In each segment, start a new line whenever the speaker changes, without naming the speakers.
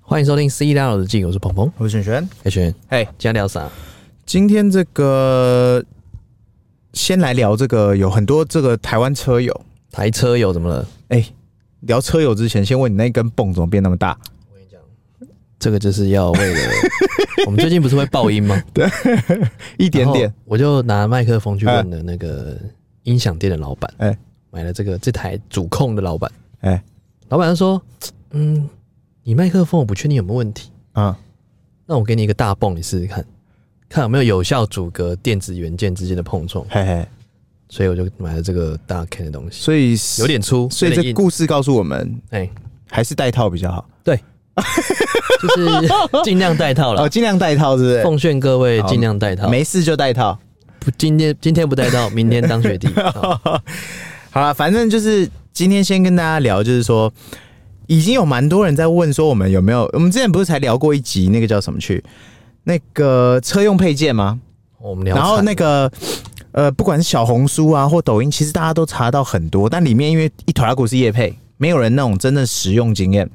欢迎收听《C 大佬日记》，我是鹏鹏。
我是璇璇。
哎，轩，
嘿
今天聊啥？
今天这个先来聊这个，有很多这个台湾车友。
台车友怎么了？
哎、聊车友之前，先问你那根泵怎么变那么大？
这个就是要为 了我们最近不是会爆音吗？
一
一
点点，，
我就拿麦克风去问了那个音响店的老板，哎
哎，
买了这个这台主控的老板，
哎，
老板就说，嗯，你麦克风我不确定有没有问题，
啊、
那我给你一个大泵，你试试看，看有没有有效阻隔电子元件之间的碰撞。
嘿嘿。
所以我就买了这个大 K 的东西，
所以
有，点粗，
所以
有点
这
硬
故事告诉我们，
哎、
还是戴套比较好。
就是 尽量戴套了
哦，。尽量戴套，是不是？
奉劝各位
好
尽量戴套，
没事就戴套。
不今天今天不戴套，明天当学弟。好
好了，反正就是今天先跟大家聊，就是说已经有蛮多人在问说我们有没有，我们之前不是才聊过一集那个叫什么去，那个车用配件吗？
我们聊惨
然
了，
后那个呃，不管是小红书啊或抖音，其实大家都查到很多，但里面因为一头拉股是业配，没有人那种真正实用经验，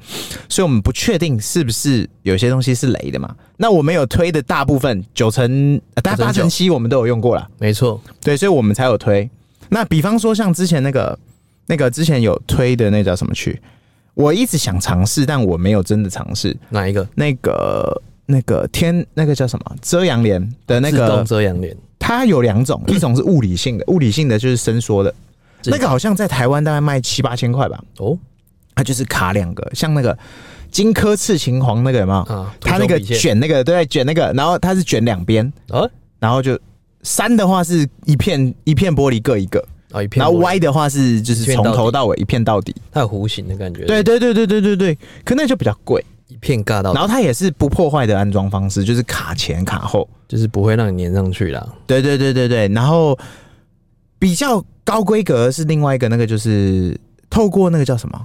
所以我们不确定是不是有些东西是雷的嘛。那我们有推的大部分九成，呃大
啊九成
八
九
成七我们都有用过啦，
没错，
对，所以我们才有推。那比方说像之前那个那个之前有推的那叫什么去，我一直想尝试，但我没有真的尝试
哪一个？
那个。那个天，那个叫什么遮阳帘的那
哦自
个
动遮阳帘，
它有两种，一种是物理性的，物理性的嗯就是伸缩的，
自
那个好像在台湾大概卖七八千块吧，
哦
它就是卡两个，像那个荆轲刺秦皇那个有没有？
啊，
它那个
图中笔线
卷那个对，卷那个，然后它是卷两边，
啊
然后就三的话是一片一片玻璃各一个，
啊一片
然
玻璃，
后 Y 的话是就
一
是
片到
从
底
头到尾一片到底。
它有弧形的感觉，
对，对对对对对对，可那就比较贵，
一片尬到底，
然后它也是不破坏的安装方式，就是卡前卡后。
就是不会让你粘上去啦。
对对对对对，然后比较高规格是另外一个那个，就是透过那个叫什么？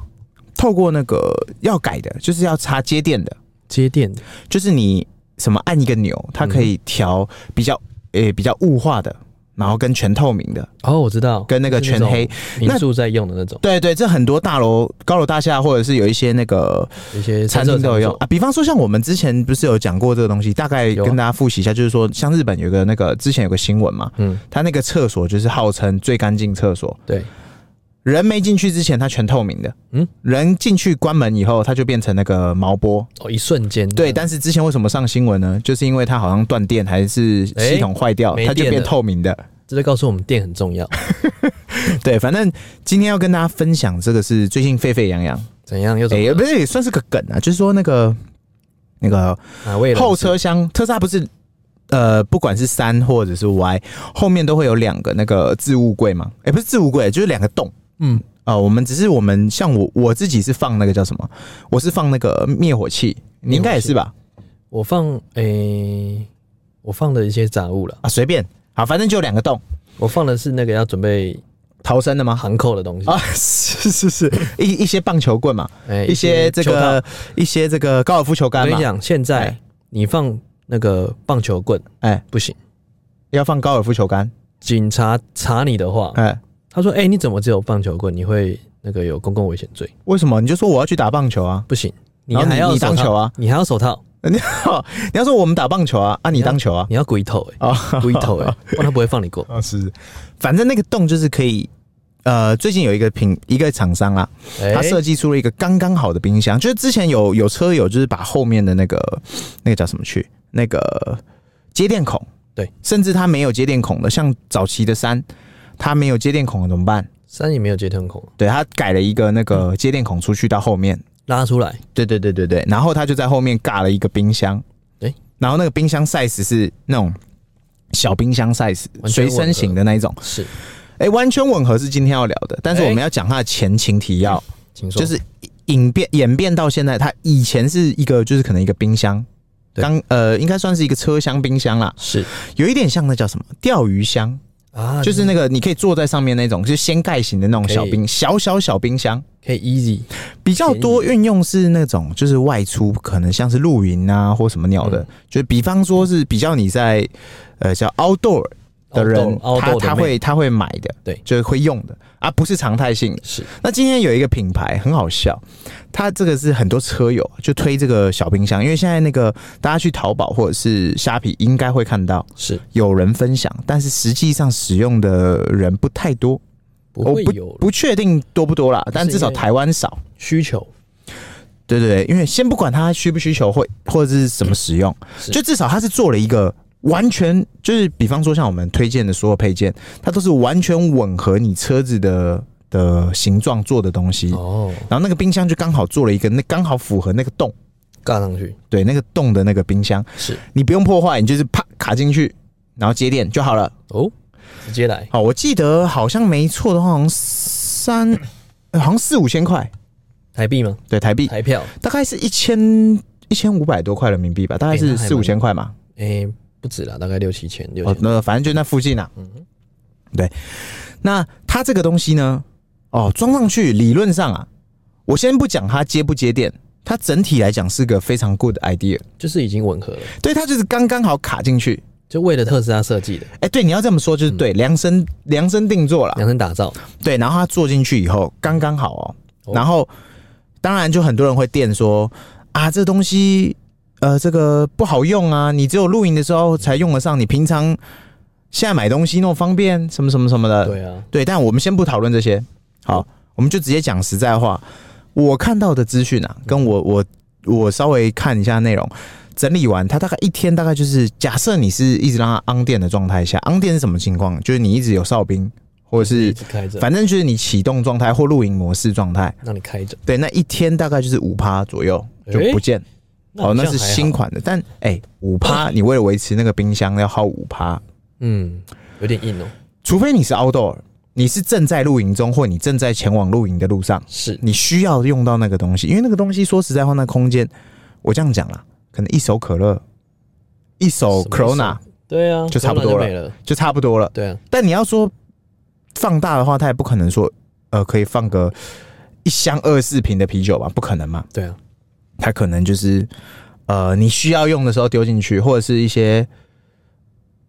透过那个要改的，就是要插接电的，
接电的
就是你什么按一个钮，它可以调比较诶、比较雾化的，然后跟全透明的，
哦，我知道，
跟那个全黑。
就是那种民宿在用的那种，
对对，这很多大楼、高楼大厦，或者是有一些那个
有一些
餐厅都有用
所
啊。比方说，像我们之前不是有讲过这个东西，大概
有啊
跟大家复习一下，就是说，像日本有个那个之前有个新闻嘛，
嗯，
他那个厕所就是号称最干净厕所，
对，
人没进去之前它全透明的，
嗯
嗯，人进去关门以后，它就变成那个毛玻。
哦，一瞬间，
对，但是之前为什么上新闻呢？就是因为它好像断电还是系统坏掉，
哎没
它就
电
变
了
透明的。
这就告诉我们电很重 要。
对，反正今天要跟大家分享这个是最近沸沸扬扬，
怎样又怎
哎、
么
不是也算是个梗啊，就是说那个那个
哪位人士
后车厢，特斯拉不是呃，不管是三或者是 Y，后面都会有两个那个置物柜嘛？哎、不是置物柜，就是两个洞。
嗯
啊、我们只是我们像我我自己是放那个叫什么？我是放那个灭火器，你应该也是吧？
我放诶、我放的一些杂物了。
啊，随便，好，反正就两个洞，
我放的是那个要准备
逃生 的吗？
航扣的东西，哎、哎
啊，是是是，一一些棒球棍嘛，一些这
球套
个一些这个高尔夫球
我
杆
跟
嘛
你，讲，现在
哎
你放那个棒球棍
哎、
不行，
要放高尔夫球杆，
警察查你的话，
哎、
他说：“哎、你怎么只有棒球棍？你会那个有公共危险罪，
为什么？你就说我要去打棒球啊，
不行。
然后
还要
你
手
当球
套，
啊，
你还要手套，
你要你要说我们打棒球啊，啊，你当 球啊，
你要鬼头哎、
啊，
鬼头 哎、不然他不会放你过。
啊是，反正那个洞就是可以，呃，最近有一个品一个厂商啊，
哎、
他设计出了一个刚刚好的冰箱，就是之前有有车友就是把后面的那个那个叫什么去那个接电孔，
对，
甚至它没有接电孔的，像早期的三，它没有接电孔的怎么办？
三也没有接天孔，
对，它改了一个那个接电孔出去到后面，
拉出来
对对对对对，然后他就在后面尬了一个冰箱，
诶
然后那个冰箱 size 是那种小冰箱 size，
完全
随
吻合
身型的那一种，
是，
哎、完全吻合是今天要聊的，但是
诶
我们要讲它的前情提要，
请说。
就是演变演变到现在，它以前是一个就是可能一个冰箱。
对
当呃，应该算是一个车厢冰箱啦，
是
有一点像那叫什么钓鱼箱，
啊，
就是那个你可以坐在上面那种，就是掀盖型的那种
可以
小冰小小小冰箱。
可以 easy
比较多运用是那种，就是外出可能像是露营啊或什么鸟的，
嗯
就比方说是比较你在呃叫 outdoor 的人，
凹豆凹
他
豆的
他
妹
会他会买的，
对
就是会用的啊，不是常态性的。
是
那今天有一个品牌很好笑，它这个是很多车友就推这个小冰箱，因为现在那个大家去淘宝或者是虾皮应该会看到
是，
有人分享，但是实际上使用的人不太多，
不
我
会有
不不确定多不多啦，但
是
至少
因为
台湾少。
需求，
对对对，因为先不管它需不需求或或者是怎么使用，
是
就至少它是做了一个完全就是，比方说像我们推荐的所有配件，它都是完全吻合你车子的的形状做的东西。
哦，
然后那个冰箱就刚好做了一个，那刚好符合那个洞，
尬上去
对，那个洞的那个冰箱，
是
你不用破坏，你就是啪卡进去，然后接电就好了。
哦，直接来
好，我记得好像没错的话，好像三，呃好像四五千块，
台币吗？
对，台币
台票，
大概是一千一千五百多块人民币吧，大概
哎
是
那还
四五千块嘛，
哎，不止啦，大概六七千，六
哦，
千，
那反正就那附近啊。
嗯，
那它这个东西呢，哦，装上去理论上啊，我先不讲它接不接电，它整体来讲是个非常 good idea，
就是已经吻合了，
对，它就是刚刚好卡进去。
就为了特斯拉设计的，
哎、对，你要这么说就是对，量身量身定做了。
量身打造，
对，然后它坐进去以后刚刚好哦，
哦
然后当然就很多人会电说啊，这东西呃这个不好用啊，你只有露营的时候才用得上，你平常现在买东西那么方便，什么什么什么的。
对啊，
对，但我们先不讨论这些，好，我们就直接讲实在话。我看到的资讯啊，跟我我我稍微看一下内容，整理完，它大概一天大概就是，假设你是一直让它 on 电的状态下，on 电是什么情况？就是你一直有哨兵，或者
一
是
直开着，
反正就是你启动状态或露营模式状态，
让你开着，
对，那一天大概就是五趴左右就
诶
不见。哦，
好
那
像
是
还好
新，款的，但哎，五、趴你为了维持那个冰箱要耗五趴，
嗯，有点硬哦，
除非你是 outdoor，你是正在露营中或你正在前往露营的路上，
是
你需要用到那个东西，因为那个东西说实在话，那空间我这样讲啦，可能一手可乐，一手
什么意思
Corona
对啊，
就差不多
了，
了
没了，
就差不多了。
对啊，
但你要说放大的话，它也不可能说呃可以放个一箱二四瓶的啤酒吧，不可能嘛。
对啊，
它可能就是呃，你需要用的时候丢进去，或者是一些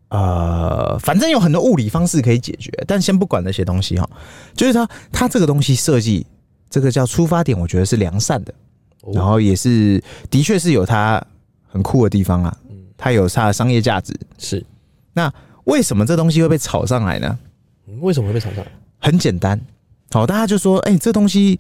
呃，反正有很多物理方式可以解决。但先不管那些东西哈，就是它它这个东西设计，这个叫出发点，我觉得是良善的，
哦
然后也是的确是有它很酷的地方啊，它有它的商业价值。
是，
为什么这东西会被炒上来呢？
嗯为什么会被炒上来？
很简单，好，大家就说，哎、这东西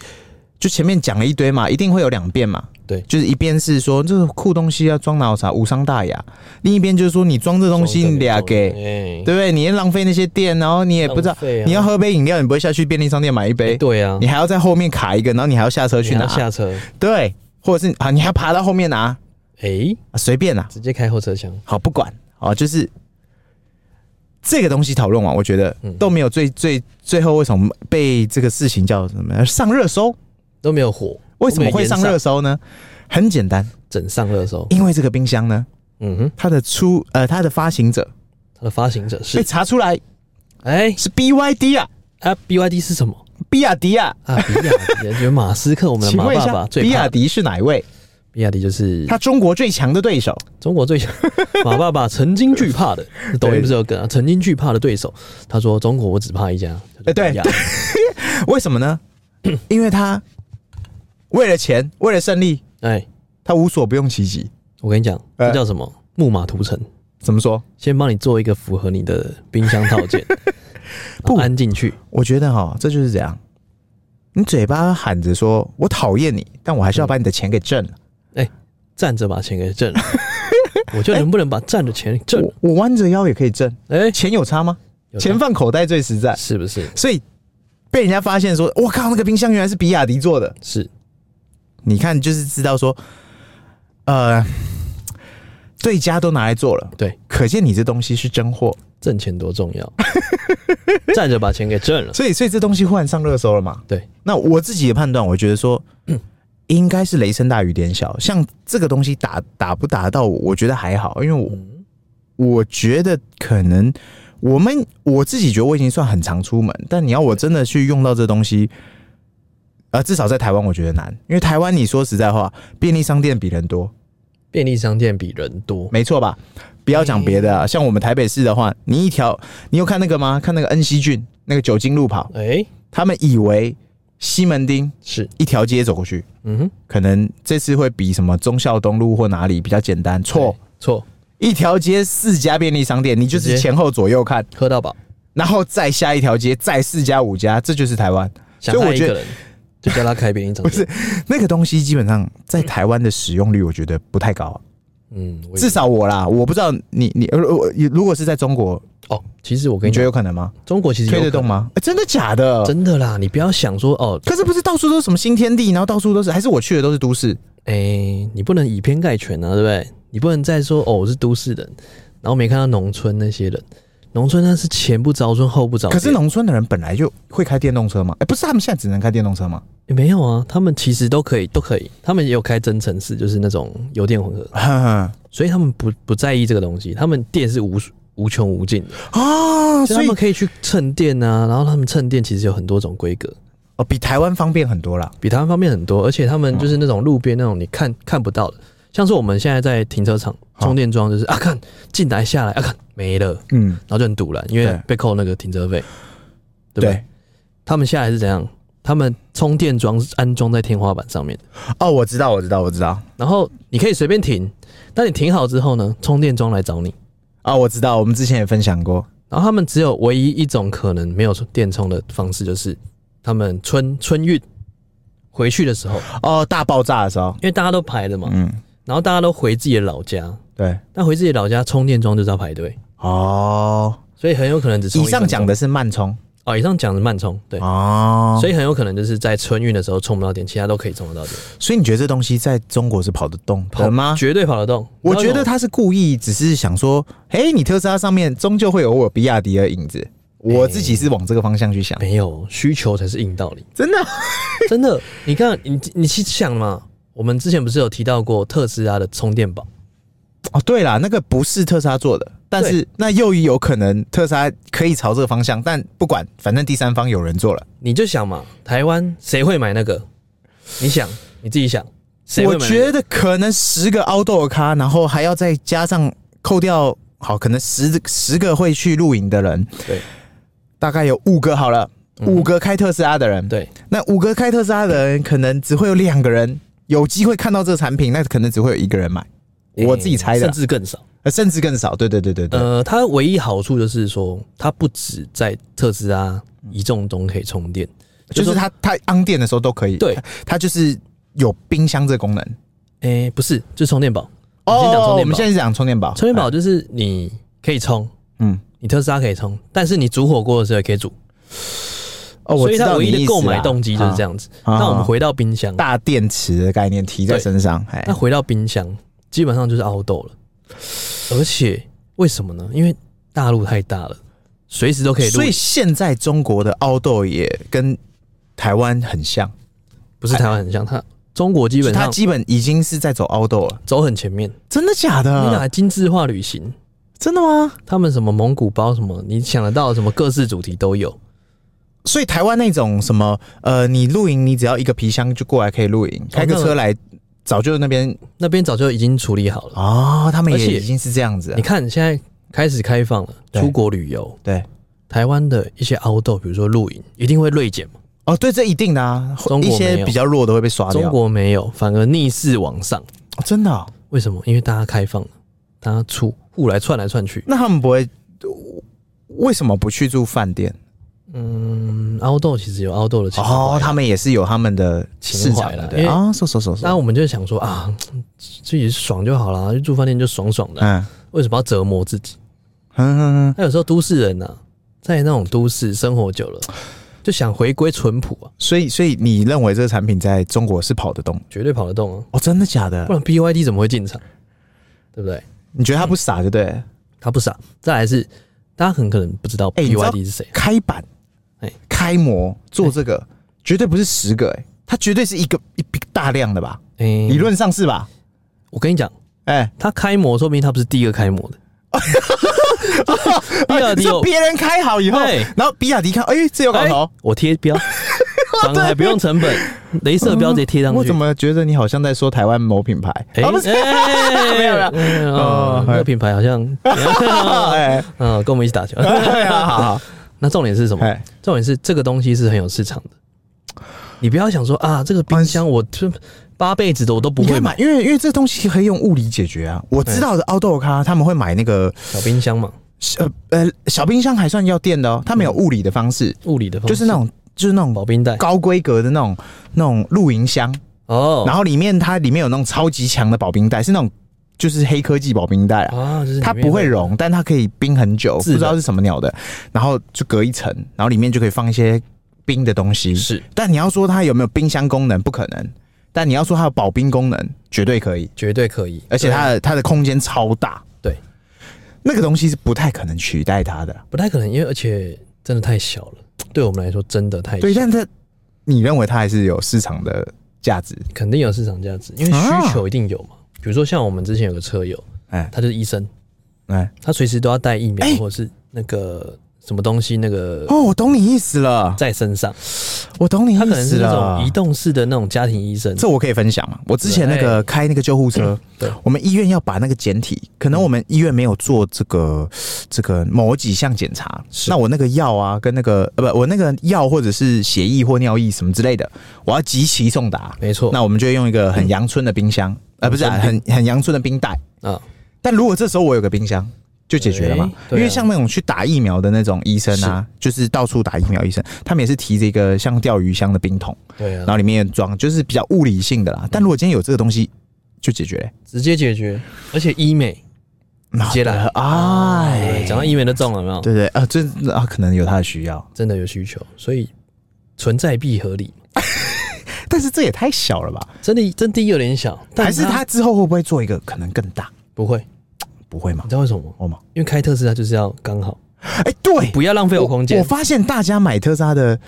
就前面讲了一堆嘛，一定会有两遍嘛。
对
就是一边是说这个酷东西要装脑啥无伤大雅，另一边就是说你装这东西你俩给，
哎，
对不对？你也浪费那些电，然后你也不知道
浪费啊
你要喝杯饮料，你不会下去便利商店买一
哎
杯，
对啊
你，还要在后面卡一个，然后你还要下车去
你还
拿
要，下车，
对，或者是啊，你还要爬到后面拿，啊
哎，
随、便啊啦、
直接开后车厢，
好不管啊，就是这个东西讨论完，我觉得
嗯
都没有最最最后为什么被这个事情叫什么上热搜？
都没有火，
为什么会上
都没有
热
延
搜呢？很简单，
整上热搜？
因为这个冰箱呢，
嗯哼，
它的出呃它的发行者
它的发行者
被
是
查出来
哎
是 BYD 啊，
啊，BYD 是什么
比亚迪啊。
啊？比亚迪， 觉得马斯克我们的
请
马
问一
爸
下
爸，最
比
怕
亚迪是哪一位？
比亚迪就是
他中国最强的对手，
中国最强马爸爸曾经惧怕的， 抖音不是有梗啊？曾经惧怕的对手，他说中国我只怕一家，
哎
叫做
对
比亚迪
为什么呢？因为他为了钱，为了胜利，
哎，
他无所不用其极。
我跟你讲，
哎
这叫什么？木马屠城。
怎么说？
先帮你做一个符合你的冰箱套件，
不
不安进去，
我觉得哈，这就是这样。你嘴巴喊着说“我讨厌你”，但我还是要把你的钱给挣了。
站着把钱给挣 了。我就能不能把站的钱挣了？
哎我我弯着腰也可以挣，
哎、
钱有差吗？
有
钱放口袋最实在。
是不是？
所以被人家发现说：“我靠，那个冰箱原来是比亚迪做的。
是”
你看，就是知道说，呃，对家都拿来做了，
对，
可见你这东西是真货。
挣钱多重 要，站着把钱给挣了。
所以，所以这东西忽然上热搜了嘛？
对，
那我自己的判断，我觉得说，应该是雷声大雨点小。像这个东西打打不打到我，我觉得还好，因为我、
嗯
我觉得可能我们我自己觉得我已经算很常出门，但你要我真的去用到这东西，呃，至少在台湾我觉得难，因为台湾你说实在话，便利商店比人多，
便利商店比人多，
没错吧？不要讲别的啊，像我们台北市的话，你一条，你有看那个吗？看那个恩熙郡那个酒精路跑，
哎、
他们以为西门町
是，
一条街走过去，
嗯哼，
可能这次会比什么忠孝东路或哪里比较简单。错，
错，
一条街四家便利商店，你就
直
是
接
前后左右看，
喝到饱，
然后再下一条街再四家五家，这就是台湾。所
想
以我
爱一
觉
个
得
人就叫他开便利商店，不是，
那个东西基本上在台湾的使用率，我觉得不太高啊、
嗯，我也
至少我啦，我不知道你你呃我如果是在中国，
哦，其实我跟
你
你
觉
讲，
得有可能吗？
中国其实有
推得
可
动吗？欸真的假的？
真的啦，你不要想说哦，
可是不是到处都是什么新天地，然后到处都是，还是我去的都是都市？
哎、你不能以偏概全啊，对不对？你不能再说哦，我是都市人，然后没看到农村那些人。农村那是前不着村后不着店，
可是农村的人本来就会开电动车哦嘛？哎、不是他们现在只能开电动车吗？
也没有啊，他们其实都可以，都可以，他们也有开增程式，就是那种油电混合，
啊，
所以他们不不在意这个东西，他们电是无无穷无尽的，所以
哦啊所
他
以
们可以去蹭电啊，然后他们蹭电其实有很多种规格，
哦，比台湾方便很多啦。
比台湾方面很多，而且他们就是那种路边那种你看看不到的，像是我们现在在停车场充电桩，就是啊看进来下来啊看没了，然
嗯，
后就很堵了，因
对
为被扣那个停车费，对不对？
对。
他们下来是怎样？他们充电桩是安装在天花板上面的。
哦，我知道，我知道，我知道。
然后你可以随便停，但你停好之后呢，充电桩来找你。
啊、我知道，我们之前也分享过。
然后他们只有唯一一种可能没有电充的方式，就是他们春春运回去的时 候，
哦，大爆炸的时候，
因为大家都排的嘛，
嗯，
然后大家都回自己的老家，
对。
但回自己的老家充电桩就是要排队，
哦，
所以很有可能只充
以
一分钟
上讲的是慢充。
哦，以上讲的慢充，对，
哦，
所以很有可能就是在春运的时候充不到电，其他都可以充得到 电，
所以你觉得这东西在中国是跑得动的吗？
绝对跑得动。
我觉
你知
得
道为什么
他是故意，只是想说，哎，你特斯拉上面终究会有我比亚迪的影子。我自己是往这个方向去想，
没有需求才是硬道理。
真的。
真的，你看，你你去想嘛，我们之前不是有提到过特斯拉的充电宝？
哦，对啦，那个不是特斯拉做的，但是那又有可能特斯拉可以朝这个方向，但不管，反正第三方有人做了。
你就想嘛，台湾谁会买那个？你想，你自己想，谁会
我
买、那
觉
得
得可能十个凹豆咖，然后还要再加上扣掉，好，可能十十个会去露营的人，
对，
大概有五个好了，五个开特斯拉的人，
嗯对，
那五个开特斯拉的人，可能只会有两个人有机会看到这个产品，那可能只会有一个人买。我自己猜的
甚，至更少。
呃甚至更少。对对对对对，
呃，它唯一好处就是说，它不止在特斯拉一众中可以充电，
就
说
是它它安电的时候都可以。
对
它，它就是有冰箱这个功能。哦
诶、不是，就是充电宝。我们先讲充
我
电
们
宝，
现在讲充电宝。哎
充电宝就是你可以充，
嗯，
你特斯拉可以充，但是你煮火锅的时候也可以煮，
哦，我
所以
知
它
道
唯
你
一的
意思
购
啦
买动机就是这。
啊
样子。
啊
那我们
啊
回到冰箱，
大电池的概念提在
对
身上，哎
那，回到冰箱，基本上就是凹豆了。而且为什么呢？因为大陆太大了，随时都可以录
所以。现在中国的凹豆也跟台湾很像，
不是台湾很像，它中国基
就
本
它
上
基本已经是在走凹豆了。
走很前面。
真的假
你
的？
哪精致化旅行？
真的吗？
他们什么蒙古包什么，你想得到的什么各式主题都有。
所以台湾那种什么，呃，你露营，你只要一个皮箱就过来可以露营，开个车来，早就那边
那边早就已经处理好了。
哦，他们
而
也
且
已经是这样子了
你。看现在开始开放了，
哦对
出国旅游，
对，
台湾的一些凹豆，比如说露营，一定会锐减嘛。
哦，对，这一定的啊，会
中国
一
没
些
有
比较弱的会被刷掉。
中国没有，反而逆势往上。
哦真的哦，
为什么？因为大家开放了，大家出户来窜来窜去。
那他们不会为什么不去住饭店？
嗯，凹豆其实有凹豆的情况。
哦，他们也是有他们的市
情
场
怀啦
的
因
对
为
啊，收收收收
那，我们就想说啊，自己爽就好啦，就住饭店就爽爽的，
嗯
为什么要折磨自己？
嗯嗯，嗯
那有时候都市人呐、啊，在那种都市生活久了，就想回归淳朴啊，
所以所以你认为这个产品在中国是跑得动？
绝对跑得动啊，
哦，真的假的
不？然 BYD 怎么会进场？对不对？
你觉得他不傻就对
嗯
了。
他不傻。再来是，大家很可能不知道
哎你知道
BYD 是谁，
开板，
哎
开模做这个、绝对不是十个、哎，它绝对是一个一笔大量的吧？
哎、
理论上是吧？
我跟你讲，
哎、
他开模说明他不是第一个开模的。比亚迪
是
有
哎别人开好以后
对，
哎 然后比亚迪看，哎、这有搞头，
我贴标，反而还不用成本，镭射标直接贴上去。
我怎么觉得你好像在说台湾某品牌？
哎？
啊，不是，
哎
没有没有
没有
哦
哦那个品牌好像，
哎，
嗯，跟我们一起打球。
对啊， 好好，
那重点是什么？
哎，
重点是这个东西是很有市场的。你不要想说啊，这个冰箱我这八辈子的我都不
哎你
会
会
买
买，因为因为这东西可以用物理解决啊。我知道的奥豆咖他们会买那个
小冰箱嘛，
呃呃小冰箱，还算要电的哦，它没有物理的方式，
物理的方式
就是那种就是那种
保冰袋
高规格的那种那种露营箱，
哦，
然后里面它里面有那种超级强的保冰袋，是那种就是黑科技保冰袋啊。
啊，就是里面
它不会融，但它可以冰很久，不
自冷
知道是什么鸟的，然后就隔一层，然后里面就可以放一些冰的东西。
是
但你要说它有没有冰箱功能，不可能；但你要说它有保冰功能，绝对可以，
绝对可以，
而且它的它的空间超大，
对对
那个东西是不太可能取代它的。
不太可能，因为而且真的太小了，对我们来说真的太小
对，，但它你认为它还是有市场的价值？
肯定有市场价值，因为
啊
需求一定有嘛。比如说像我们之前有个车友，
哎
他就是医生，
哎，
他随时都要带疫苗
哎
或者是那个什么东西那个
哦，我懂你意思了，
在身上，
我懂你
他可
意
能
思
是那
了
种移。动式的那种家庭医生，
啊这我可以分享吗？我之前那个开那个救护车，
嗯对
我们医院要把那个简体，可能我们医院没有做这个这个某几项检查，
是
那我那个药啊，跟那个呃不，我那个药或者是血液或尿液什么之类的，我要集齐送达。
没错，嗯
那我们就用一个很阳春的冰箱，呃，不是啊、很很阳春的冰袋。
啊
但如果这时候我有个冰箱，就解决了嘛
哎。对啊
因为像那种去打疫苗的那种医生啊，就是到处打疫苗医生，他们也是提着一个像钓鱼箱的冰桶。
对
然
啊，
后里面装就是比较物理性的啦。但如果今天有这个东西，就解决了、
直接解决，而且医美
直
直接来，
哎
对，讲到医美都中了有没有？
对对啊，这啊可能有它的需要，
真的有需求，所以存在必合理，
但是这也太小了吧？
真的真的有点小，但
还是
它
它之后会不会做一个可能更大？
不会，
不会吗
你？知道为什么吗？
哦吗？
因为开特斯拉就是要刚好，
哎、对，
不要浪费我空
我
间，
发现大家买特斯拉的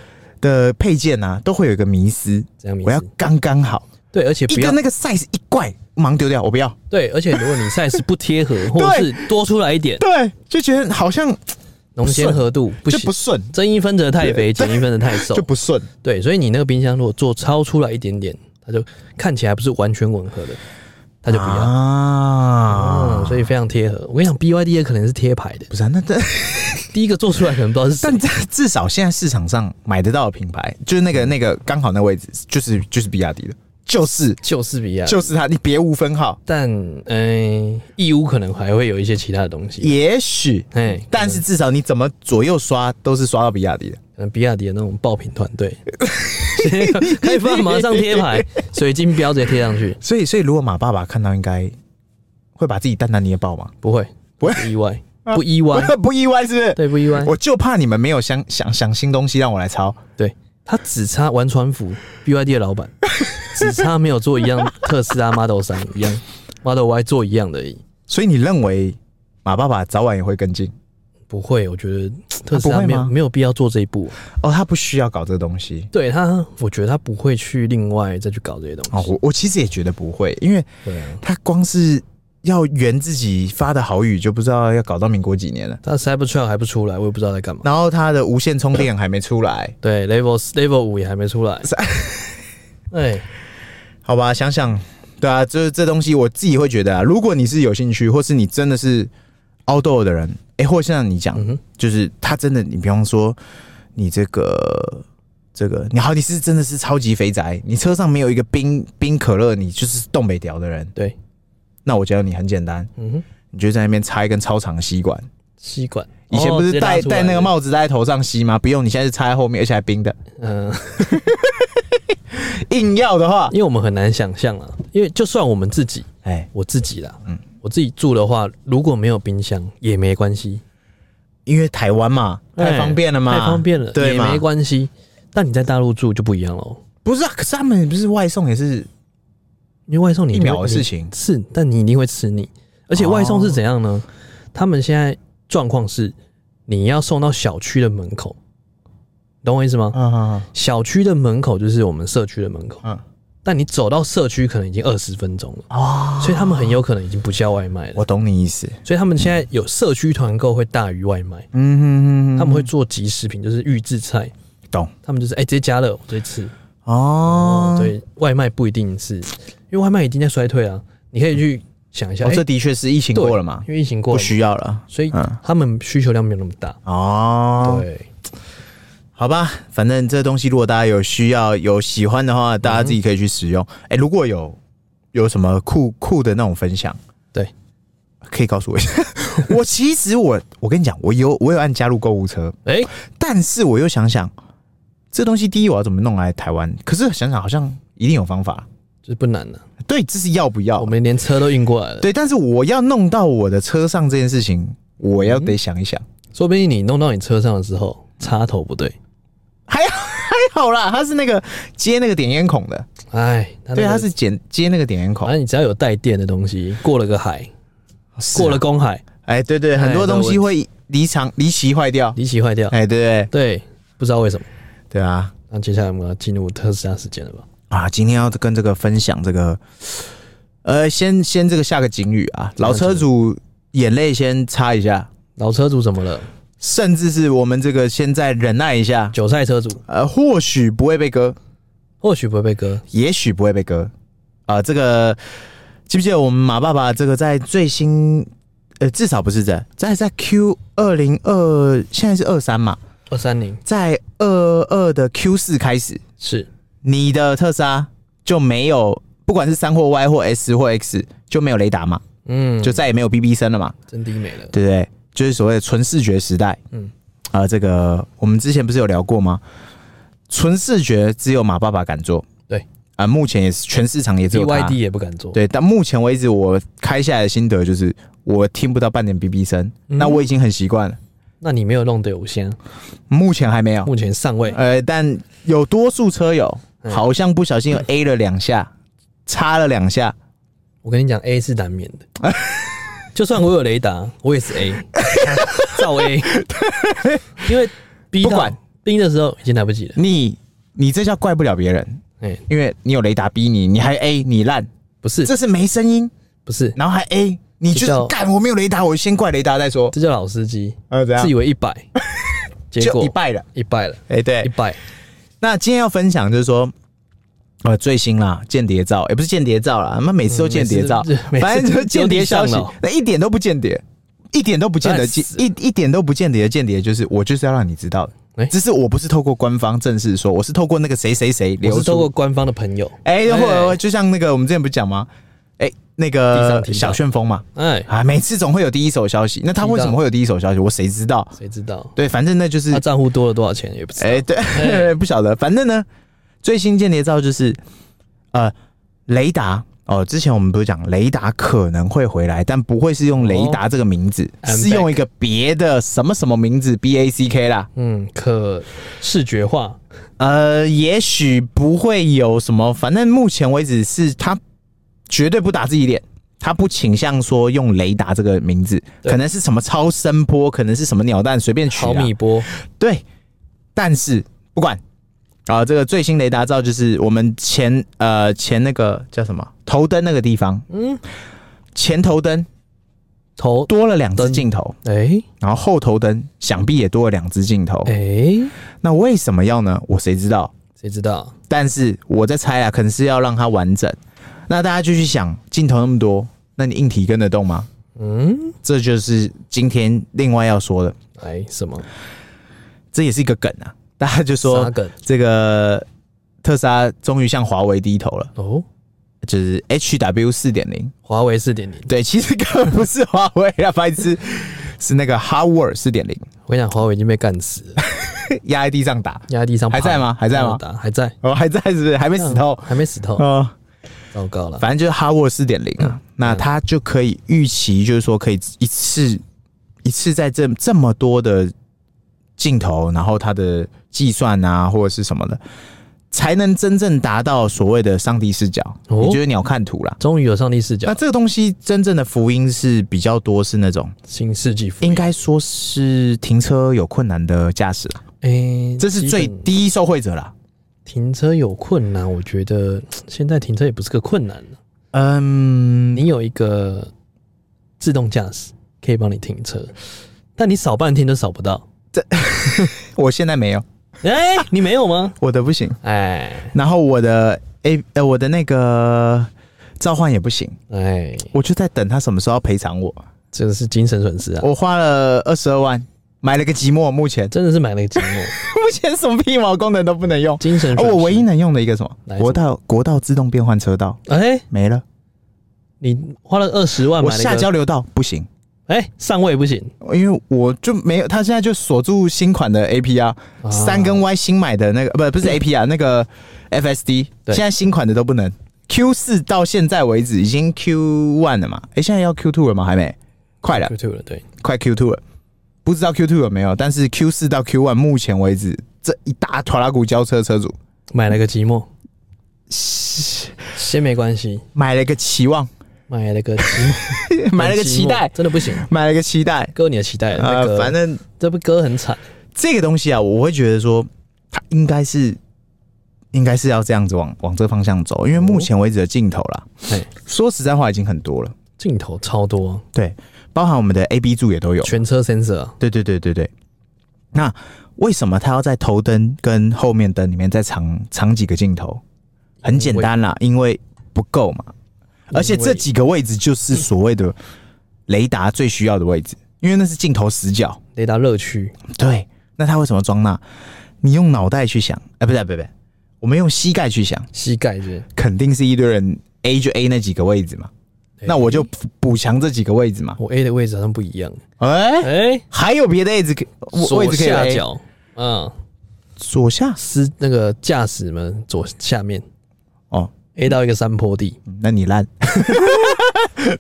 的配件啊，都会有一个迷思，
这样名
我要
字
刚刚好，
对，而且
一
哎不
个
要
那个 size 一怪，忙丢掉，我不要。
对，而且如果你 size 不贴 合，或者是多出来一点，
对，就觉得好像
浓鲜合度不
就
行
不，顺，
增一分则太
对
肥，减一分则太瘦
就，不顺。
对，所以你那个冰箱如果做超出来一点点，它就看起来不是完全吻合的，它就不要。
啊
嗯，所以非常贴合。我跟你讲，BYD 也可能是贴牌的，
不是、啊，那那
第一个做出来可能不知道是谁
但。至至少现在市场上买得到的品牌，就是那个那个刚好那位置，就是就是比亚迪的，嗯就是
就是比亚迪，
就是它，你别无分号。
但嗯，义乌可能还会有一些其他的东西，
也许，
哎，可
但是至少你怎么左右刷都是刷到比亚迪的。
能比亚迪的那种爆品团队， 开发马上贴 牌，水晶标直接贴上去，
所以，所以如果马爸爸看到，应该会把自己蛋蛋捏爆吗？
不会，
不会啊
意外，不意外，
不意外，是不是？
对，不意外，
我就怕你们没有想想想新东西让我来抄。
对他只差玩船服 BYD 的老 板，只差没有做一样特斯拉 Model 三一样 Model Y 做一样的而已，
所以你认为马爸爸早晚也会跟进？
不会，我觉得特斯
啊不
拉
会
没有
吗
没有必要做这一步。
哦，他不需要搞这个东西。
对他，我觉得他不会去另外再去搞这些东
哦，
西。
我我其实也觉得不会，因为
对啊，
他光是要圆自己发的好语，就不知道要搞到民国几年了。
他 Cybertruck 还不出来，我也不知道在干嘛。
然后他的无线充电还没出来，
对，Level 4 Level 五也还没出 来。哎，
好吧，想想，对啊，就是这东西我自己会觉得啊，如果你是有兴趣，或是你真的是 outdoor 的人，哎、或像你讲，
嗯哼，
就是他真的，你比方说你这个。这个你好，你是真的是超级肥宅，你车上没有一个冰冰可乐，你就是东北屌的人。
对，
那我教你很简单，
嗯哼，
你就在那边插一根超长吸管，
吸管
以前
哦
不
直
是
接
戴
拉出来
戴那个帽子戴在头上吸吗？不用，你现在是插在后面，而且还冰的。
嗯，
硬要的话，
因为我们很难想象啊，因为就算我们自己，
哎，
我自己啦，
嗯
嗯，我自己住的话，如果没有冰箱也没关系，
因为台湾嘛，太方便了嘛，
哎太方便了，也
对嘛
没关系。但你在大陆住就不一样喽，
不是啊，可是他们不是外送也是
因为外送你
一
定会
秒的
你
事情，
是，但你一定会吃腻。而且外送是怎样
哦
呢？他们现在状况是，你要送到小区的门口，懂我意思吗？
嗯嗯
小区的门口就是我们社区的门口，
嗯
但你走到社区可能已经二十分钟了，
哦，
所以他们很有可能已经不叫外卖了。
我懂你意思，
所以他们现在有社区团购会大于外卖，
嗯哼哼哼，
他们会做即食品，就是预制菜。
懂
他们就是哎、直接加热，我直接吃，
哦，
所以外卖不一定是，因为外卖已经在衰退啊。你可以去想一下，
哦，
哎
这的确是疫情
对
过了嘛，
因为疫情过
不
了嘛，
需要了。
所以
嗯
他们需求量没有那么大。
哦，
对，
好吧，反正这东西如果大家有需要、有喜欢的
嗯
话，大家自己可以去使用。哎、如果有有什么酷酷的那种分享，
对，
可以告诉我一下。 我其实我我跟你讲，我有我有按加入购物车，
哎、
但是我又想想，这东西第一我要怎么弄来台湾？可是想想好像一定有方法。
这不难的、
对，这是要不
我
要？
们连车都运过来了。
对，但是我要弄到我的车上这件事情，
嗯
我要得想一想。
说不定你弄到你车上的时候，插头不对，
还还好啦，它是那个接那个点烟孔的，
哎，他那
对，
个哎
它是剪接那个点烟孔
反。正你只要有带电的东西，过了个海，
是啊
过了公海，
哎，对对，
哎
很多东西会离场离奇坏掉。
离奇坏掉。
哎，对对
对，不知道为什么。
对啊
那接下来我们要进入特斯拉时间了吧？
啊！今天要跟这个分享这个，呃，先先这个下个警语啊，老车主眼泪先擦一下，
老车主怎么了？
甚至是我们这个现在忍耐一下，
韭菜车主
呃，或许不会被割，
或许不会被割，
也许不会被割啊、这个记不记得我们马爸爸这个在最新呃，至少不是在在在 Q 二零二，现在是二三嘛，
二三零
在二二的 Q 四开始，
是
你的特斯拉就没有，不管是三或 Y 或 S 或 X 就没有雷达嘛，
嗯，
就再也没有 BB 声了嘛，
真低美了。
对不对？就是所谓的纯视觉时代。
嗯
嗯，啊、这个我们之前不是有聊过吗？纯视觉只有马爸爸敢做。
对
啊、目前也是全市场也只有他。
BYD 也不敢做，
对，但目前为止我开下来的心得就是，我听不到半点 BB 声，
嗯
那我已经很习惯了。
那你没有弄得有先，
目前还没有，
目前尚未。
呃，但有多数车友
嗯
好像不小心有 A 了两下，插了两下，
我跟你讲，A 是难免的， 就算我有雷达，我也是 A，照 A，因为 B
不
到
管
B 的时候已经来不及了。
你你这叫怪不了别人，
哎，
因为你有雷达逼你，你还 A，你烂，
不是，
这是没声音，
不是，
然后还 A，你就
这叫
是干我没有雷达，我先怪雷达再说，
这叫老司机，
呃，怎
自以为一 百，结
就
果
一败了，
一败了，
哎、对
一，败。
那今天要分享就是说，呃，最新啦，间谍照也、不是间谍照啦，他妈每次都间谍照
嗯每次每，次
反正就是间谍消息
都地上了，
那一点都不间谍，一点都不间谍，
烂死
一一点都不间谍的间谍就是我就是要让你知道
哎
的，只是我不是透过官方正式说，我是透过那个谁谁谁
我
流
是透过
出，
官方的朋友，
哎，
哎
或者就像那个我们之前不是讲吗？哎，那
地上
个
听到
小旋风嘛，
哎，
啊，每次总会有第一手消息，那他为什么会有第一手消息？我谁知道？
谁知道？
对，反正那就是
他账户多了多少钱也不啊知道。
哎、对， 不晓得。反正呢，最新间谍照就是，呃，雷达哦。之前我们不是讲雷达可能会回来，但不会是用雷
哦
达这个名字，
I'm
是用一个别的什么什么名字 B A C K 啦。
嗯，可视觉化，
呃，也许不会有什么，反正目前为止是他绝对不打自己脸。他不倾向说用雷达这个名字，
对
可能是什么超声波，可能是什么鸟蛋，随便取、啊。
毫米波，
对，但是不管啊、这个最新雷达照就是我们前呃前那个叫什么头灯那个地方，
嗯，
前头灯
头，
多了两只
灯
镜头，
哎
然后后头灯想必也多了两只镜头。
哎，
那为什么要呢？我谁知道？
谁知道？
但是我在猜啊，可能是要让它完整。那大家就去想，镜头那么多，那你硬体跟得动吗？
嗯，
这就是今天另外要说的，
哎，什么？
这也是一个梗啊。大家就说
啥梗
这个特斯拉终于向华为低头了，
哦，
就是 HW 四点零。
华为四点零，
对，其实根本不是华为啊，白痴，是那个 Hardware 四点零，
我跟你讲，华为已经被干死了，
压在地上打。
压在地上爬
还在吗还在吗？
打还在，嗯
哦，还在是不是？还没死透？
还没死透，
哦，
糟糕了。
反正就是 Hardware 四点零啊，那它就可以预期，就是说可以一次一次在这这么多的镜头，然后它的计算啊或者是什么的，才能真正达到所谓的上帝视角，
哦
也就是鸟看图啦。
终于有上帝视
那
角，
这个东西真正的福音是比较多，是那种
新世纪福音
应该说是停车有困难的驾驶啦，
哎，
这是最
基本
低受惠者啦。
停车有困难，我觉得现在停车也不是个困难了
嗯，
你有一个自动驾驶可以帮你停车，但你扫半天都扫不到。
我现在没有，
哎、你没有 吗？
我的不行。
哎
然后我的 A 呃我的那个召唤也不行，
哎，
我就在等他什么时候要赔偿我。
这个是精神损失啊，
我花了二十二万买了个寂寞，目前
真的是买了个寂寞，
目前什么屁毛功能都不 能用。
精神
哦，
损失。
我唯一能用的一个什么
哪一种
国道国道自动变换车道
哎、
没了，
你花了二十万哦
我
买了
下
一个，
交流道不行，
哎、上位不行，
因为我就没有，他现在就锁住新款的 A P R，
啊嗯
三跟 Y 新买的那个不不是 A P R 那个 F S D，
对
现在新款的都不能。Q 四到现在为止已经 Q one 了嘛？哎、现在要 Q two 了吗？还没，快了，
YouTube 了，对，
快 Q two 了。不知道 Q two 有没有，但是 Q 四到 Q one 目前为止，这一大拖拉股交车车主
买了个寂寞，先没关系，
买了个期望，
买了个寂寞，
买了个
很寂寞
期待，
真的不行，
买了个期待。
割你的脐带了，那
呃，
个、
反正
这不割很惨，
这个东西啊，我会觉得说，它应该是应该是要这样子往往这个方向走，因为目前为止的镜头啦，
哎，
说实在话已经很多了，
镜头超多，
对，包含我们的 A B 柱也都有，
全车 sensor 啊
对对对对对。那为什么它要在头灯跟后面灯里面再藏藏几个镜头？很简单啦，因为不够嘛，而且这几个位置就是所谓的雷达最需要的位置，因为那是镜头死角。
雷达乐区，
对，那他为什么装那？你用脑袋去想，哎、不对不对，不对我们用膝盖去想，
膝盖是不是
肯定是一堆人 A 就 A 那几个位置嘛，
哎
那我就补补强这几个位置嘛。
我 A 的位置好像不一样，
哎、
哎、
还有别的位置可
左
位置可以
下
A
角，嗯，
左下
司那个驾驶门左下面
哦，
A 到一个山坡地，
嗯那你烂，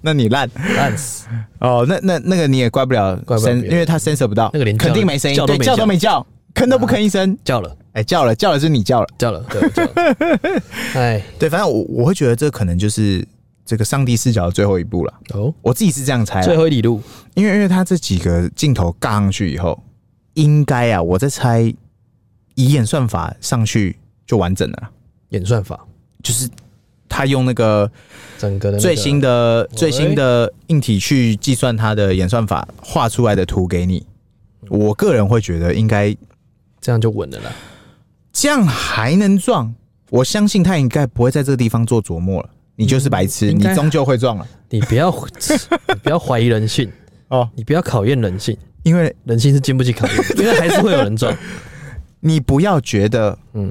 那你烂
烂死，
哦，那那那个你也怪不了，
怪不了
sen-
别人
因为他 sensor 不到，
那个连叫
肯定没声音，
叫都
对，
没
叫都
叫
没叫，吭都不吭一声，
叫了
哎、叫了叫了就是你叫了。
叫了，对， 叫了，哎，
对，反正我我会觉得这可能就是这个上帝视角的最后一步了。
哦，
我自己是这样猜啦，
最后一里路，
因为因为他这几个镜头尬上去以后，应该啊，我在猜，以演算法上去就完整了啦，
演算法，
就是他用那个
整个的、
最新，的、
喂
最新的硬体去计算它的演算法画出来的图给你。我个人会觉得应该
这样就稳了啦。
这样还能撞，我相信他应该不会在这个地方做琢磨了。你就是白痴，
嗯应
你
该
终究会撞了
你不要， 你不要怀疑人性，
哦，
你不要考验人性，
因为
人性是经不起 考验，因为还是会有人撞。
你不要觉得
嗯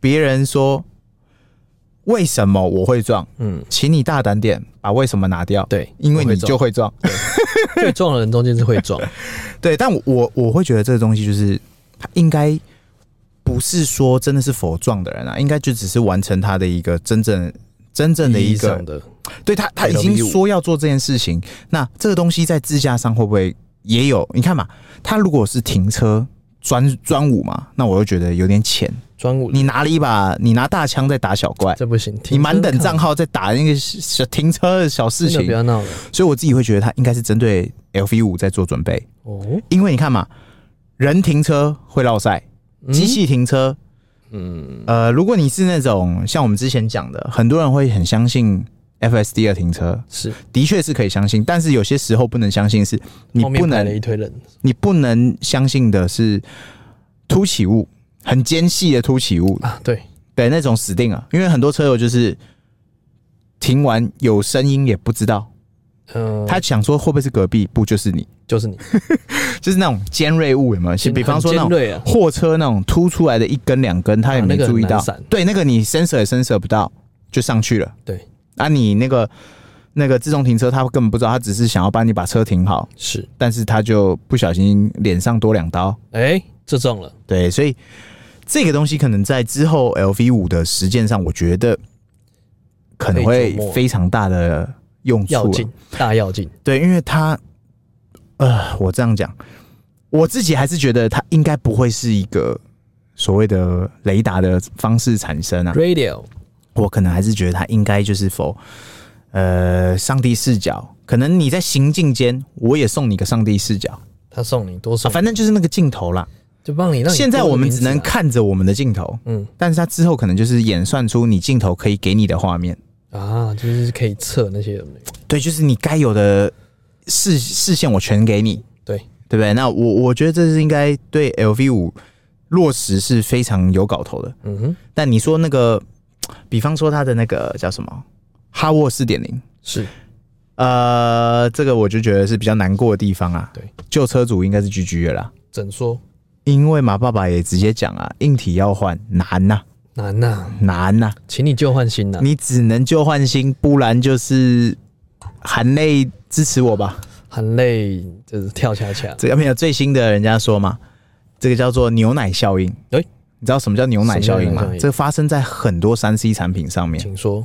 别人说为什么我会撞。
嗯，
请你大胆点，把为什么拿掉。，
对，
因为
我会
你
撞
就会撞。
会撞的人中间是会撞，
对，但我我我会觉得这个东西就是，它应该不是说真的是否撞的人啊，应该就只是完成他的一个真正 真正的
意
一
义
个
上，的
对他他已
LV
经
五
说要做这件事情，那这个东西在自驾上会不会也有？你看嘛，他如果是停车。专专武嘛，那我就觉得有点浅。
专武，
你拿了一把，你拿大枪在打小怪，
这不行，
你满等
停车
账号在打那个小停车的小事
真的
情
不，要闹了
所以我自己会觉得他应该是针对 LV 五在做准备，
哦。
因为你看嘛，人停车会落塞，
嗯
机器停车，
嗯，
呃，如果你是那种像我们之前讲的，很多人会很相信 FSD 的停车，
是
的确是可以相信，但是有些时候不能相信是，你
后面
不
排了
能
一堆人，
你不能相信的是凸起物，很尖细的凸起物，
啊，对，
对，那种死定了，因为很多车友就是停完有声音也不知道，
嗯、
他想说会不会是隔壁，不就是你。
就是你，
就是那种尖锐物有没有？
尖
比方说那
很尖锐
种
啊
货车那种凸出来的一根两根，他也
啊
没
那个
注意
很
到。
难闪
对，那个你 sensor 也 sensor 不到，就上去了。
对，
啊，你那个那个自动停车，他根本不知道，他只是想要帮你把车停好，
是，
但是他就不小心脸上多两刀。
哎、这中了，
对，所以这个东西可能在之后 LV 五的实践上，我觉得可能会
可以琢磨
非常大的用处
要
了。
进大要进，
对，因为他，呃，我这样讲，我自己还是觉得它应该不会是一个所谓的雷达的方式产生啊。
radio
我可能还是觉得它应该就是否，呃，上帝视角。可能你在行进间，我也送你个上帝视角，
他送你多
啊
送你、
反正就是那个镜头啦。
就帮你让你
现在
多个
我们
名字
只能
啊，
看着我们的镜头，
嗯
但是它之后可能就是演算出你镜头可以给你的画面。
啊，就是可以测那些有没有
对，就是你该有的视视线，我全给你。
对，
对不对？那我我觉得这是应该对 LV 五落实是非常有搞头的。
嗯哼，
但你说那个，比方说它的那个叫什么哈沃四点零，
是
呃，这个我就觉得是比较难过的地方啊。
对，
旧车主应该是 GG 了啦，
怎说
因为马爸爸也直接讲啊，硬体要换难呐、
难呐、
难呐、
请你旧换新啊呐、
你只能旧换新，不然就是含泪支持我吧。
含泪就是跳恰恰，
这个没有最新的人家说嘛，这个叫做牛奶效应。
诶
你知道什么叫牛奶效应
什么叫牛奶
吗
效？应
这发生在很多三 C 产品上面。
请说。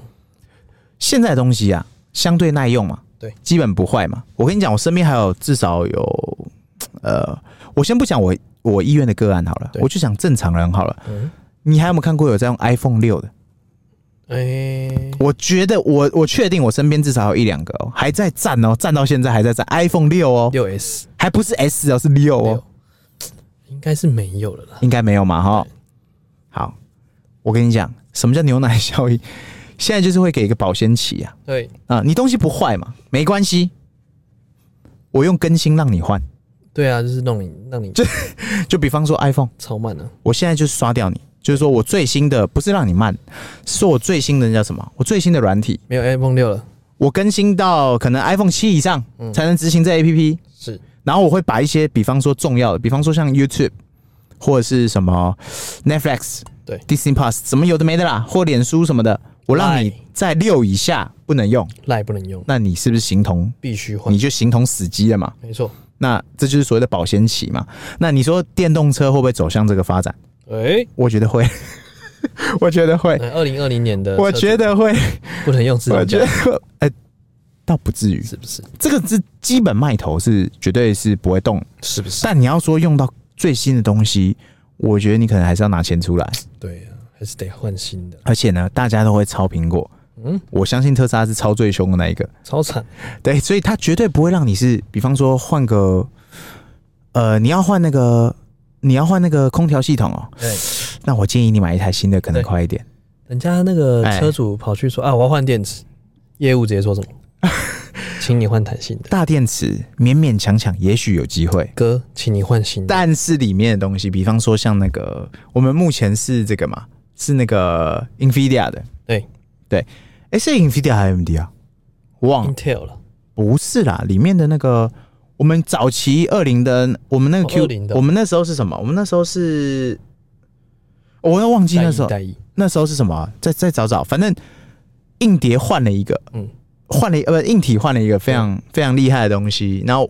现在的东西啊，相对耐用嘛，
对，
基本不坏嘛。我跟你讲，我身边还有至少有，呃，我先不讲我我医院的个案好了，
对
我就讲正常人好了。
嗯，
你还有没有看过有在用 iPhone 六的？
哎、
我觉得我我确定我身边至少有一两个哦，还在站哦，站到现在还在站 iPhone 六哦，
六 S
还不是 S 哦，是六哦
六，，应该是没有了啦。
应该没有嘛哈。好，我跟你讲，什么叫牛奶效应？ 现在就是会给一个保鲜期啊，
对
啊、你东西不坏嘛，没关系，我用更新让你换。
对啊，就是让你让你
就比方说 iPhone，
超慢啊了、
我现在就刷掉你，就是说我最新的不是让你慢，是我最新的那叫什么？我最新的软体，
没有 iPhone 六了，
我更新到可能 iPhone 七以上
嗯
才能执行这 APP，、
是
然后我会把一些比方说重要的，比方说像 YouTube 或者是什么 Netflix、
对
Disney Plus 什么有的没的啦，或脸书什么的，我让你
Line
在六以下不能用，
赖不能用，
那你是不是形同
必须换
你。就形同死机了嘛？
没错，
那这就是所谓的保鲜期嘛。那你说电动车会不会走向这个发展？
哎、
我觉得会， 我觉得会，
那二零二零年的
哎我觉
得
得会，
不能用呃自
我
动
觉
驾
得
驶，
会呃，倒不至于，
是不是？
这个是基本卖头是绝对是不会动，
是不是？
但你要说用到最新的东西，我觉得你可能还是要拿钱出来，
对啊，还是得换新的。
而且呢，大家都会抄苹果。
嗯，
我相信特斯拉是抄最凶的那一个，
超惨，
对，所以它绝对不会让你是，比方说换个，呃，你要换那个，你要换那个空调系统哦，
对，
那我建议你买一台新的，可能
对
快一点。
人家那个
哎
车主跑去说啊，我要换电池，业务直接说什么？ 请你换弹性的，
大电池勉勉强强也许有机会，
哥，请你换新的。
但是里面的东西，比方说像那个，我们目前是这个嘛，是那个 Nvidia 的，
对
对，哎、是 Nvidia 还是 AMD 啊？忘了，
，Intel 了，
不是啦，里面的那个我们早期二零的，我们那个
哦
Q，、
20的
我们那时候是什么？我们那时候是，哦我要忘记
代
那
一
时候
代一，
那时候是什么啊？再再找找，反正硬碟换了一个，
嗯，
换了一呃不硬体换了一个非常非常厉害的东西，然后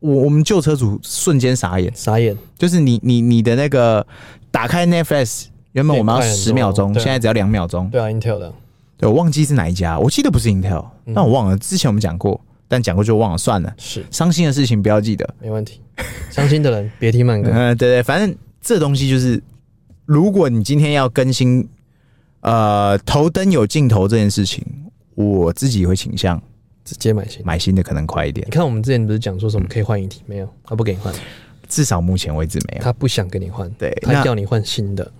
我我们旧车主瞬间傻眼，
傻眼，
就是你你你的那个打开 Netflix，原本我们要
变快很多
十秒钟，
对啊
现在只要两秒钟。
对啊，Intel 的，
对，我忘记是哪一家，我记得不是 Intel，
嗯
但我忘了，之前我们讲过，但讲过就忘了，算了，
是
伤心的事情不要记得。
没问题。伤心的人 别听慢歌，
嗯，对对，反正这东西就是，如果你今天要更新，呃，头灯有镜头这件事情，我自己会倾向
直接买新。
买新的，可能快一点
你，看我们之前不是讲说什么可以换一体，没有，他不给你换，
至少目前为止没有。
他不想给你换，
对那
他叫你换新的，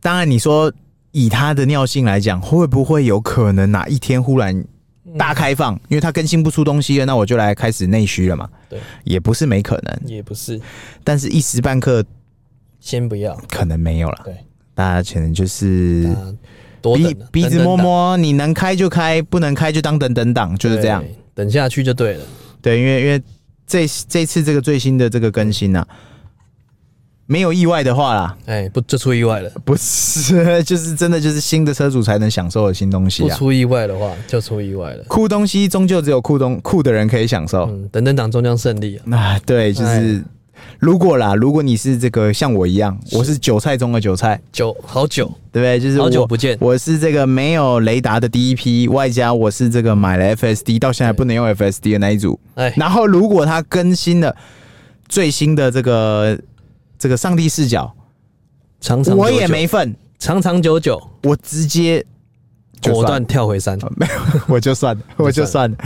当然，你说以它的尿性来讲，会不会有可能哪一天忽然
嗯
大开放，因为它更新不出东西了，那我就来开始内需了嘛？
对，
也不是没可能，
也不是，
但是一时半刻
先不要，
可能没有了。
对，
大家可能就是
啊，多等
鼻
啊
嗯鼻子
等等
摸
等
摸，你能开就开，不能开就当等等档，就是这样。
对，等下去就对了，
对，因为因为这这次这个最新的这个更新呢、啊没有意外的话啦，
哎，不就出意外了。
不是， 就是真的就是新的车主才能享受的新东西
不
啊。
出意外的话，就出意外了。
酷东西终究只有酷东酷的人可以享受。
嗯，等等党终将胜利啊！
那啊，对，就是如果啦，如果你是这个像我一样，我是韭菜中的韭菜，
久好久
对不对？就是
好久
我
不见，
我是这个没有雷达的第一批，外加我是这个买了 FSD 到现在不能用 FSD 的那一组。
哎，
然后如果它更新了最新的这个这个上帝视角，
长长久久
我也没份，
长长久久，
我 直接就
果
算
断跳回山，
了我就算了， 我就算了，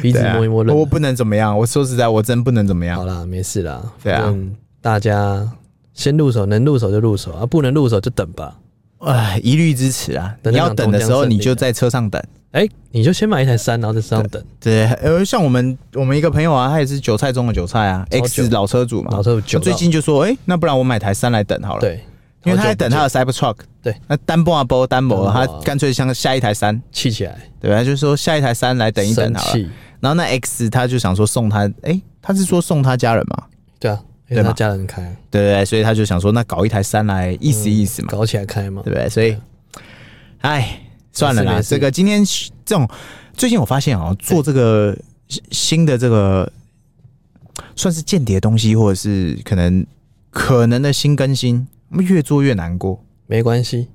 鼻子
对啊
摸一摸认
我
了。
不能怎么样。我说实在，我真不能怎么样
好。啦，没事啦。
对啊
反正大家先入手，能入手就入手啊，不能入手就等吧。
哎，一律支持啊！
等
你要
等
等的时
等
候，
等
你就在车上等，
哎、你就先买一台三，然后在山上等，
对，呃，像我们我们一个朋友啊，他也是韭菜中的韭菜啊
超久
，X 老车主嘛，
然后就
他
久
最
到
近就说，哎、那不然我买台三来等好了，，
对，
因为他
好久
在等
不
他
见
的 Cybertruck，
对，
那单波啊波单波啊，
单波啊
他干脆像下一台三，
气起来，
对吧？他就说下一台三来等一等
生
好了，
气，
然后那 X 他就想说送他，哎、他是说送他家人嘛，
对啊，因
对
为
嘛
他家人开，
对不对？所以他就想说，那搞一台三来意思意思嘛，
搞起来开嘛
对，不对？所以，哎，算了啦，
没事
这个今天这种最近我发现啊，做这个新新的这个算是间谍东西，或者是可能可能的新更新，我们越做越难过。
没关 系，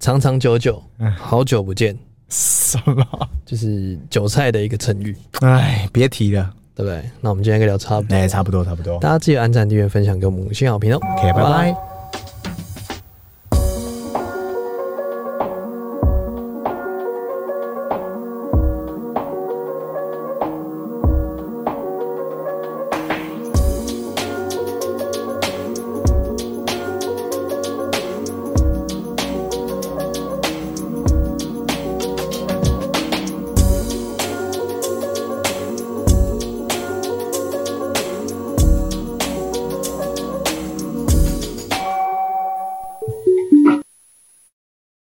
长长久久，
嗯
好久不见，
什么？
就是韭菜的一个成语，
哎，别提了。
对不对？那我们今天应该聊差不多，
哎，差不多，差不多。
大家记得按赞、订阅、分享给我们五星好评哦。
OK，拜拜。